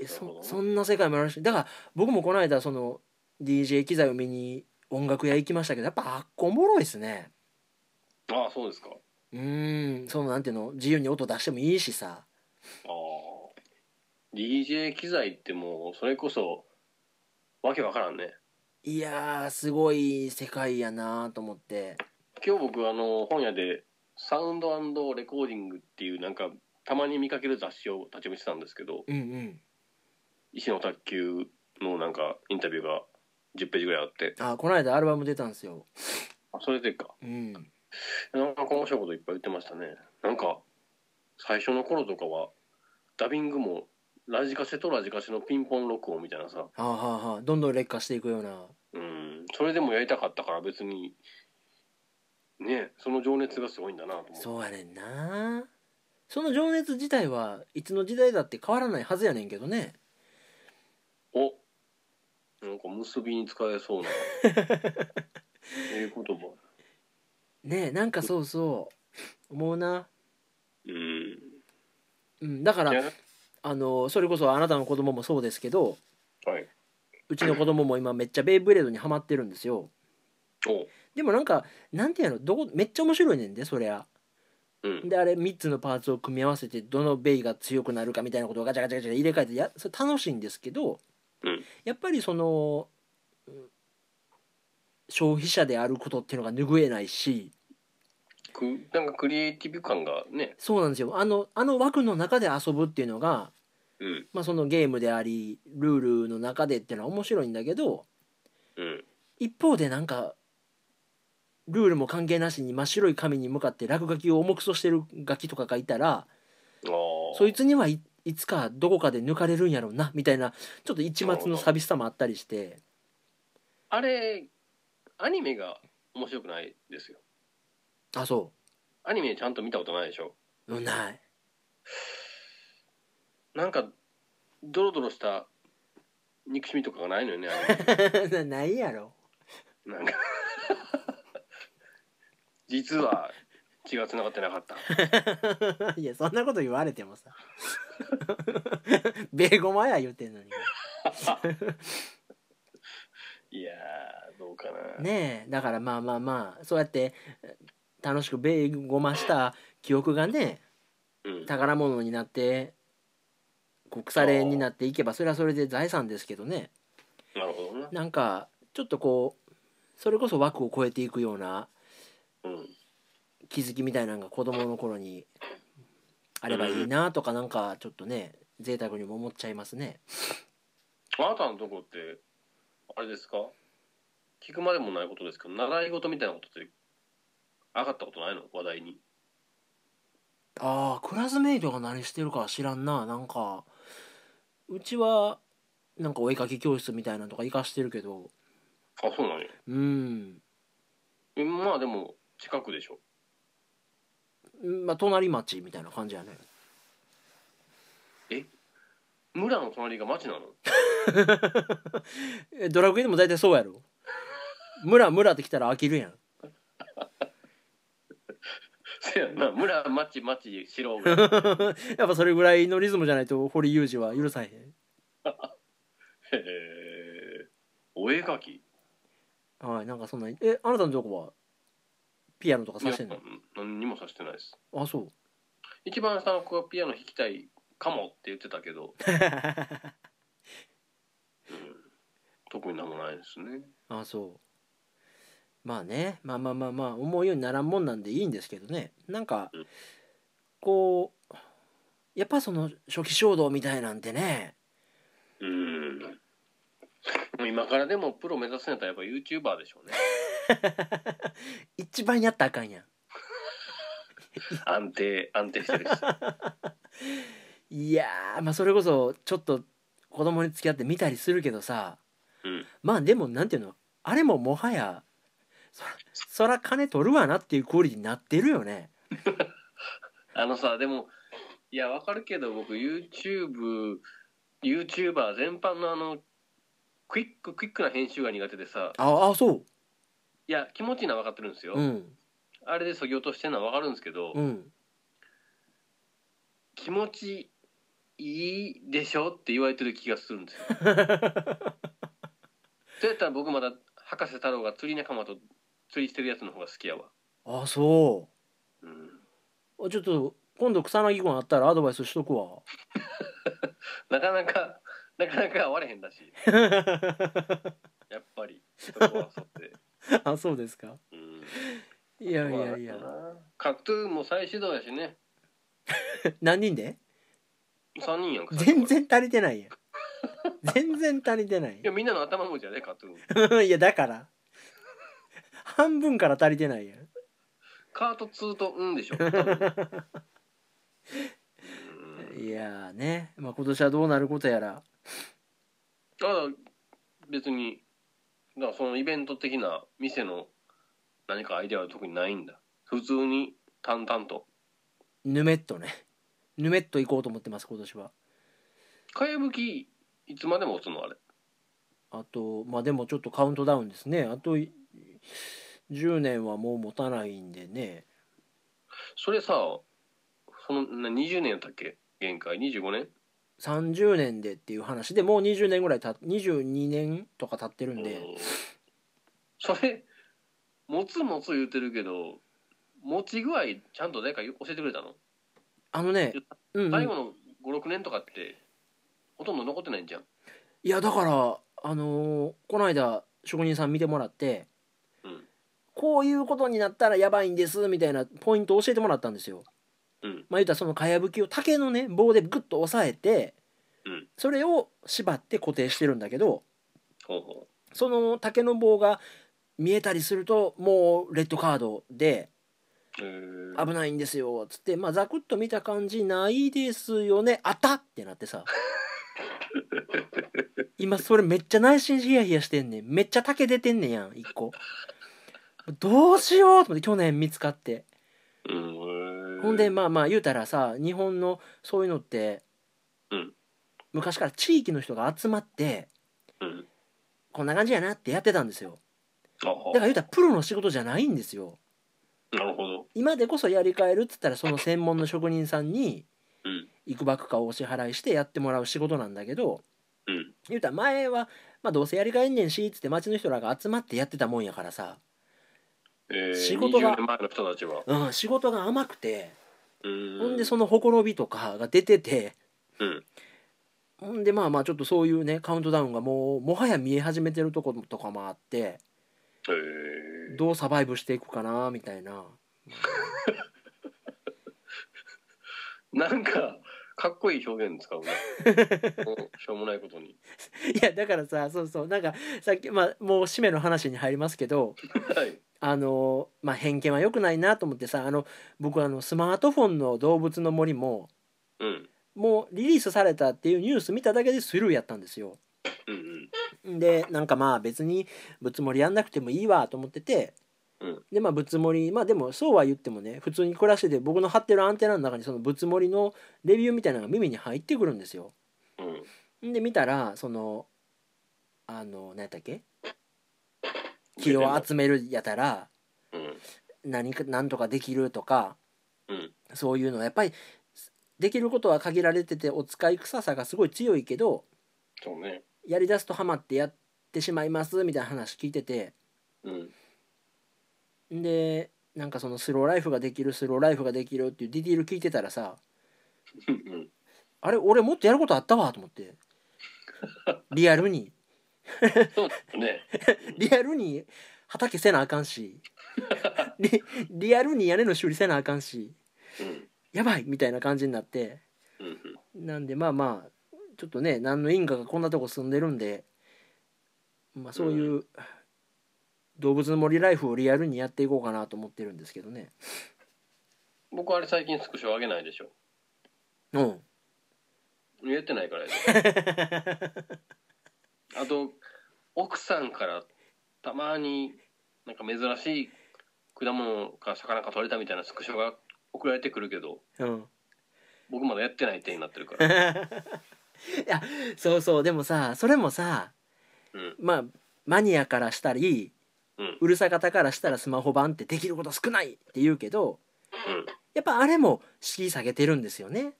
え
なるほど
そ
ね
そんな世界もあるらしいだから僕もこの間その DJ 機材を見に音楽屋行きましたけどやっぱあっこおもろいっすね
ああそうですか
うーんそのなんていうの自由に音出してもいいしさ
ああ DJ 機材ってもうそれこそわけわからんね
いやーすごい世界やなーと思って
今日僕あの本屋でサウンドレコーディングっていうなんかたまに見かける雑誌を立ち読みしてたんですけど
うんうん
石の卓球のなんかインタビューが10ページぐらいあって
あこの間アルバム出たんですよ
あそれでか
うん
なんか面白いこといっぱい言ってましたねなんか最初の頃とかはダビングもラジカセとラジカセのピンポン録音みたいなさ
はあはあはあどんどん劣化していくような
うんそれでもやりたかったから別にねその情熱がすごいんだなと思う
そうやねんなその情熱自体はいつの時代だって変わらないはずやねんけどね
おなんか結びに使えそう なええ言葉
ねえなんかそうそう思うな、
うん
うん、だか
いや
らあのそれこそあなたの子供もそうですけど
はい。
うちの子供も今めっちゃベイブレードにハマってるんですよ
お
でもなんかなんていうのどこめっちゃ面白いねんでそりゃ
うん。
であれ3つのパーツを組み合わせてどのベイが強くなるかみたいなことをガチャガチャガチャ入れ替えてやそれ楽しいんですけど、
うん
やっぱりそのうん消費者であることっていうのが拭えないし
くなんかクリエイティブ感がね。
そうなんですよあのあの枠の中で遊ぶっていうのが、
うん。
まあ、そのゲームでありルールの中でっていうのは面白いんだけど
うん。
一方でなんかルールも関係なしに真っ白い紙に向かって落書きを重くそしてるガキとかがいたら
ああ。
そいつにはい、いつかどこかで抜かれるんやろうなみたいなちょっと一末の寂しさもあったりして
あれアニメが面白くないですよ。
あそ
アニメちゃんと見たことないでしょ。
ううんない
なんかドロドロした憎しみとかがないのよね。あ れ
ないやろ
なんか 実は血が繋がってなかった。
いやそんなこと言われてもさ 米ゴマや言うてんのに
いやーどうかな。
ねえだからまあまあまあそうやって楽しく米ゴマした記憶がね
うん。
宝物になってこう腐れ縁になっていけばそれはそれで財産ですけどね
なるほどな。
なんかちょっとこうそれこそ枠を超えていくような
うん。
気づきみたいなのが子供の頃にあればいいなとかなんかちょっとね贅沢にも思っちゃいますね
あなたのとこって、あれですか聞くまでもないことですけど、習い事みたいなことって、上がったことないの話題に。
ああクラスメイトが何してるかは知らんななんかうちはなんかお絵かき教室みたいなのとか行かしてるけど
あ、そうなのよ。
うん
えまあでも、近くでしょ。
まあ隣町みたいな感じやね
村の隣が町なの
えドラクエでも大体そうやろ村村って来たら飽きるやん
せやんな。村、町、町、城ぐら い。
やっぱそれぐらいのリズムじゃないと堀裕二は許さへん
へーお絵描き
はいなんかそんなえあなたのとこはピアノとかさしてんの
いや何にもさしてないです。
あそう
一番下の子がピアノ弾きたいかもって言ってたけ ど、うん、特になんもないですね。
あそうまあねまあまあまあまあ思うようにならんもんなんでいいんですけどねなんか
うん
こうやっぱその初期衝動みたいなんてね
うん。もう今からでもプロ目指すんやったらやっぱ YouTuber でしょうね。
一番やったらあかんやん
安定、安定してるし。
いやーまあそれこそちょっと子供に付き合って見たりするけどさ
うん。
まあでもなんていうのあれももはやそらそら金取るわなっていうクオリティになってるよね
あのさ、でも、いや、わかるけど僕 YouTube、YouTuber 全般のあの、クイック、クイックな編集が苦手でさ、
ああそう
いや、気持ちいいのは分かってるんですよ。
うん
あれで削ぎ落としてるのは分かるんですけど、
うん
気持ちいいでしょって言われてる気がする んですよ。そうやったら僕まだ博士太郎が釣り仲間と釣りしてるやつの方が好きやわ。
あそ
うん、
うあちょっと今度草薙君あったらアドバイスしとくわ
なかなかなかなか会われへんだ しやっぱりそこはそうで。
あそうですか
うん
いやいやいや
まあなんかなカトゥーンも再始動やしね
何人で
3人やんか
全然足りてないやん全然足りてない
いやみんなの頭文字やでカトゥーン
いやだから半分から足りてないやん
カート2と「うん」で しょ多分うん
いやーね、まあ、今年はどうなることやら
あ別にだからそのイベント的な店の何かアイデアは特にないんだ普通に淡々と
ヌメットねヌメット行こうと思ってます今年は
かやぶきいつまでも押すのあれ
あとまあでもちょっとカウントダウンですねあとい10年はもう持たないんでね
それさそのな20年やったっけ限界25年
30年でっていう話でもう20年ぐらいたっ22年とか経ってるんで
うんそれもつもつ言うてるけど持ち具合ちゃんと誰か教えてくれたの、
あのねうん、う
最
ん、
後の56年とかってほとんど残ってないんじゃん
いやだからあのーこの間職人さん見てもらって
うん
こういうことになったらやばいんですみたいなポイントを教えてもらったんですよ
うん
まあ言ったらそのかやぶきを竹のね棒でグッと押さえて、
うん
それを縛って固定してるんだけど
ほうほ
その竹の棒が見えたりするともうレッドカードで
うへー
危ないんですよつってまあザクッと見た感じないですよねあったってなっ てさ今それめっちゃ内心ヒヤヒヤしてんねんめっちゃ竹出てんねんやん一個どうしようと思って去年見つかって
うんへー
ほんでまあまあ言うたらさ日本のそういうのって、
うん
昔から地域の人が集まって
うん
こんな感じやなってやってたんですよ
あは
だから言うたらプロの仕事じゃないんですよ
なるほど。
今でこそやり替えるっつったらその専門の職人さんに
うん。
いくばくかをお支払いしてやってもらう仕事なんだけど
うん。
言うたら前は、まあ、どうせやり替えんねんしっつって町の人らが集まってやってたもんやからさ、
えー、
仕事が
20年前の人たちは。
うん、仕事が甘くて
うん。
ほんでそのほころびとかが出てて、
うん
ほんでまあまあちょっとそういうねカウントダウンがもうもはや見え始めてるとことかもあって
へえ
どうサバイブしていくかなみたいな
なんかかっこいい表現 使うねうんしょうもないことに
いやだからさそうそうなんかさっき、まあ、もう締めの話に入りますけど
はい
あの、まあ、偏見は良くないなと思ってさあの僕あのスマートフォンの「動物の森も」
うん
もうリリースされたっていうニュース見ただけでスルーやったんですよ。
うんうん
でなんかまあ別にぶつもりやんなくてもいいわと思ってて、
うん
でまあぶつもりまあでもそうは言ってもね普通に暮らしてて僕の張ってるアンテナの中にそのぶつもりのレビューみたいなのが耳に入ってくるんですよ。
うん
で見たらそのあの何やったっけ気を集めるやたら
うん
何か何とかできるとか
うん
そういうのはやっぱりできることは限られててお使い臭さがすごい強いけど
そうね
やりだすとハマってやってしまいますみたいな話聞いてて
うん
でなんかそのスローライフができるスローライフができるっていうディティール聞いてたらさ
うんうん
あれ俺もっとやることあったわと思 ってリアルに
そうだね
リアルに畑せなあかん しリリアルに屋根の修理せなあかんし
うん
やばいみたいな感じになって
うんうん
なんでまあまあちょっとね何の因果がこんなとこ住んでるんで、まあ、そういうう動物の森ライフをリアルにやっていこうかなと思ってるんですけどね
僕あれ最近スクショ上げないでしょ
うん
言えてないからや であと奥さんからたまになんか珍しい果物か魚か取れたみたいなスクショが送られてくるけど
うん
僕まだやってない手になってる から
いやそうそうでもさそれもさ
うん
まあマニアからしたり
うん
うるさ方からしたらスマホ版ってできること少ないって言うけど
うん
やっぱあれも敷居下げてるんですよね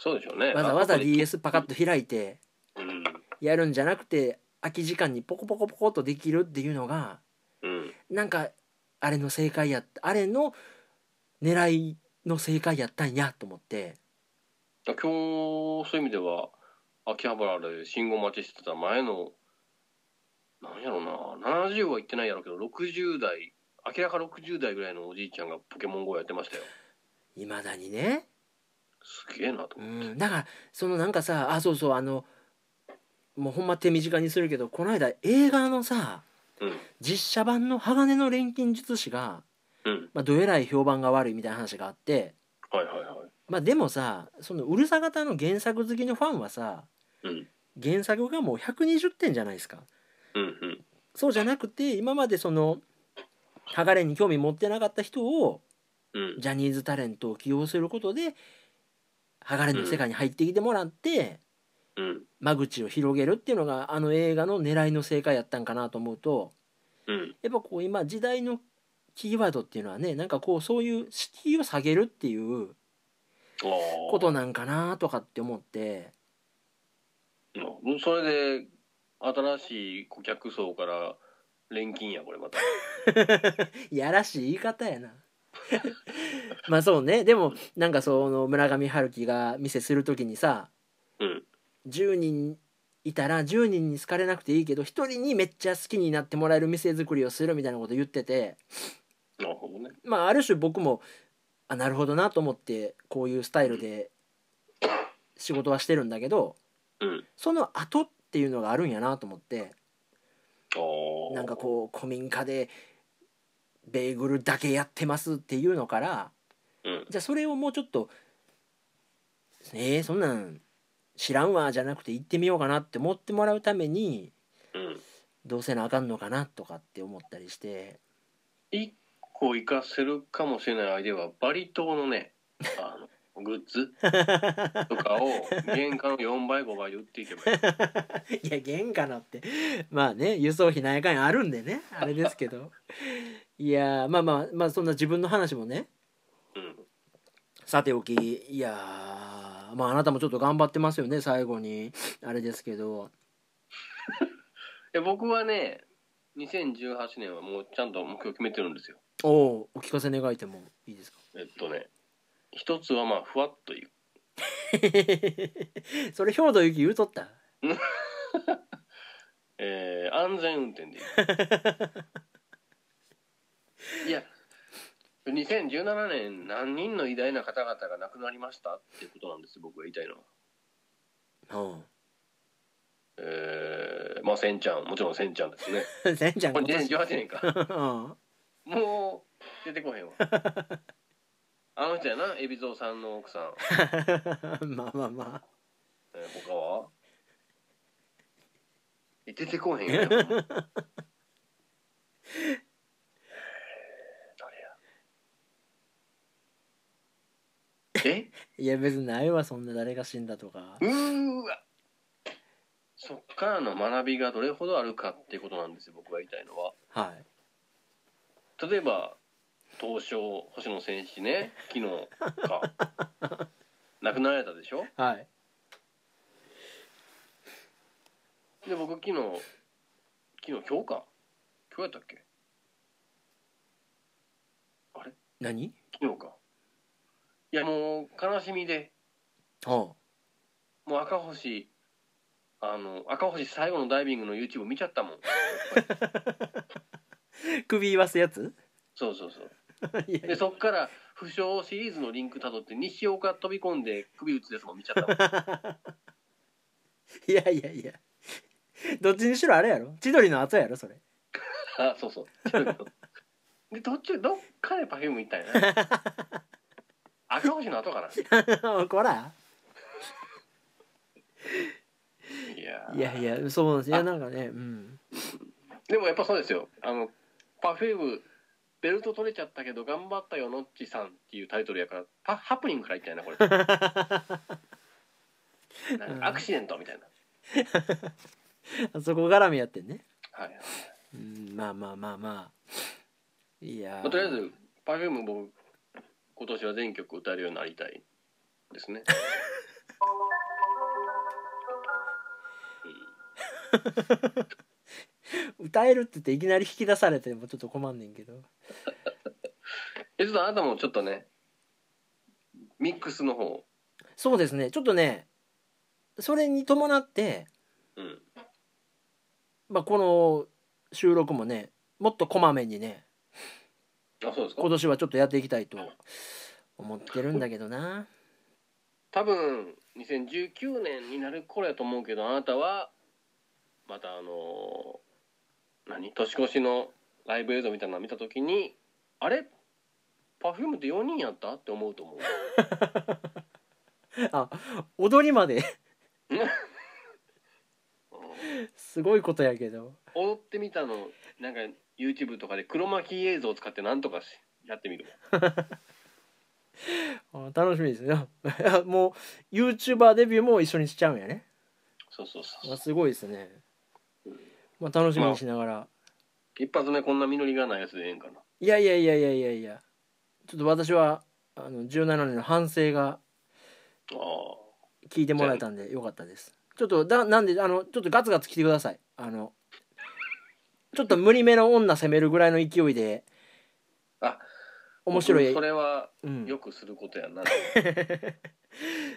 そうでしょうね
わざわざ
あここで
DS パカッと開いて
うん
やるんじゃなくて空き時間にポコポコポコっとできるっていうのが
うん
なんかあれの正解やったあれの狙いの正解やったんやと思って
今日そういう意味では秋葉原で信号待ちしてた前のなんやろな70は行ってないやろうけど60代明らか60代ぐらいのおじいちゃんがポケモン GO やってましたよ
いまだにね
すげえなと
う
思って、
ん、だからそのなんかさあそうそうあのもうほんま手短にするけどこの間映画のさ
うん
実写版の「鋼の錬金術師が」
うん
まあ、どえらい評判が悪いみたいな話があって、
はいはいはい
まあ、でもさそのうるさ型の原作好きのファンはさ
うん
原作がもう120点じゃないですか。
うんうん
そうじゃなくて今までその鋼に興味持ってなかった人を
うん
ジャニーズタレントを起用することで鋼の世界に入ってきてもらって。
うん
間口を広げるっていうのがあの映画の狙いの正解やったんかなと思うと
うん
やっぱこう今時代のキーワードっていうのはねなんかこうそういう敷居を下げるっていう
ああ
ことなんかなとかって思って
うんそれで新しい顧客層から錬金やこれまた
いやらしい言い方やな まあそうねでもなんかその村上春樹が店する時にさ
うん
10人いたら10人に好かれなくていいけど1人にめっちゃ好きになってもらえる店作りをするみたいなこと言ってて
なるほどね
まあある種僕もあなるほどなと思ってこういうスタイルで仕事はしてるんだけど
うん
その後っていうのがあるんやなと思って
ああ
なんかこう古民家でベーグルだけやってますっていうのから
うん
じゃあそれをもうちょっと「えー、そんなん知らんわ」じゃなくて行ってみようかなって思ってもらうために
うん
どうせなあかんのかなとかって思ったりして
一個活かせるかもしれないアイデアはバリ島のねあのグッズとかを原価の4倍5倍で売っていけばいい
いや原価なって まあね輸送費なんやかんやあるんでねあれですけ どいやーまあまあまあそんな自分の話もね
うん
さておきいやーまああなたもちょっと頑張ってますよね最後にあれですけど
で僕はね2018年はもうちゃんと目標決めてるんですよ
おおお聞かせ願いてもいいですか
えっとね一つはまあふわっと
それ兵藤由紀言うとった
えー安全運転でいいいや2017年何人の偉大な方々が亡くなりましたっていうことなんです僕が言いたいのは
うん
えーまあせんちゃんもちろんせんちゃんですね
せんちゃん
こ
今
れ
年
2018年か
うん
もう出てこへんわあの人やな海老蔵さんの奥さん、
まあまあま
えー他はえ出てこへんやん誰やえ
あいや別にないわそんな誰が死んだとか
うーわそっからの学びがどれほどあるかっていうことなんですよ僕が言いたいのは
はい
例えば東証星野選手ね昨日か亡くなられたでしょ
はい
で僕昨日昨日今日か今日やったっけ
何
昨日かいやもう悲しみで
あ
もう赤星あの赤星最後のダイビングの YouTube 見ちゃったもん
あ首言わすやつ
そうそうそう
いやい
で
や
そっから負傷シリーズのリンクたどって西岡飛び込んで首打つですもん見ちゃったもん
いやいやいやどっちにしろあれやろ千鳥の後やろそれ
あそうそうちょっとで途中どっかでパフューム行ったんや な赤星の後かない
こら
やー
いやいやそうなんですいや
あ
なんかねうん
でもやっぱそうですよあのパフュームベルト取れちゃったけど頑張ったよノッチさんっていうタイトルやからパハプニングからいったんやなこれ なんかアクシデントみたいな、
あそこ絡みやってんね
はい
うんまあまあまあまあいやー
まあとりあえずパフューム僕今年は全曲歌えるようになりたいです ね
歌えるって言っていきなり引き出されてもちょっと困んねんけど
えちょっとあなたもちょっとねミックスの方
そうですねちょっとねそれに伴って、
うん
まあ、この収録もねもっとこまめにね
あそうですか
今年はちょっとやっていきたいと思ってるんだけどな
多分2019年になる頃やと思うけどあなたはまたあのー何年越しのライブ映像みたいなの見た時にあれパフュームって4人やったって思う と思う
踊りまで
うん
すごいことやけど
踊ってみたのなんか YouTube とかで黒巻き映像を使ってなんとかしやってみる
あ楽しみですね もう YouTuber デビューも一緒にしちゃうんやね
そうそうそう
あすごいですね、まあ、楽しみにしながら、
一発目こんな実りがないやつでええんかない
やいやいやいやいやいやちょっと私はあの17年の反省が
ああ
聞いてもらえたんでよかったですちょっとだなんであのちょっとガツガツ来てくださいあのちょっと無理めの女攻めるぐらいの勢いで
あ
面白い
僕それは
うん
よくすることやな、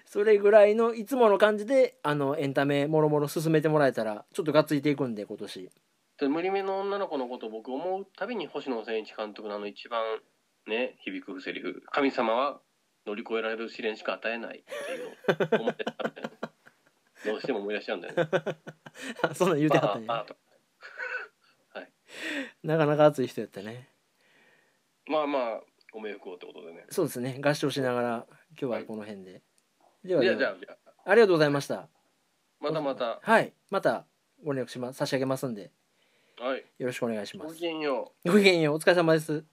それぐらいのいつもの感じであのエンタメもろもろ進めてもらえたらちょっとガツいていくんで今年
で無理めの女の子のことを僕思うたびに星野千一監督のあの一番ね響くセリフ「神様は乗り越えられる試練しか与えない」っていうのを思ってたみたいなどうしても思い出しちゃうんだよね。
あそんなん言うてはったね
まあああと
なかなか熱い人やったね
まあまあご冥福をってことでね。
そうですね合唱しながら今日はこの辺で、では
じゃあ
では
じゃあじゃあ
ありがとうございました
またまた
はいまたご連絡します差し上げますんで
はい
よろしくお願いしま
ご
す
きげんよう。
ごきげんようお疲れ様です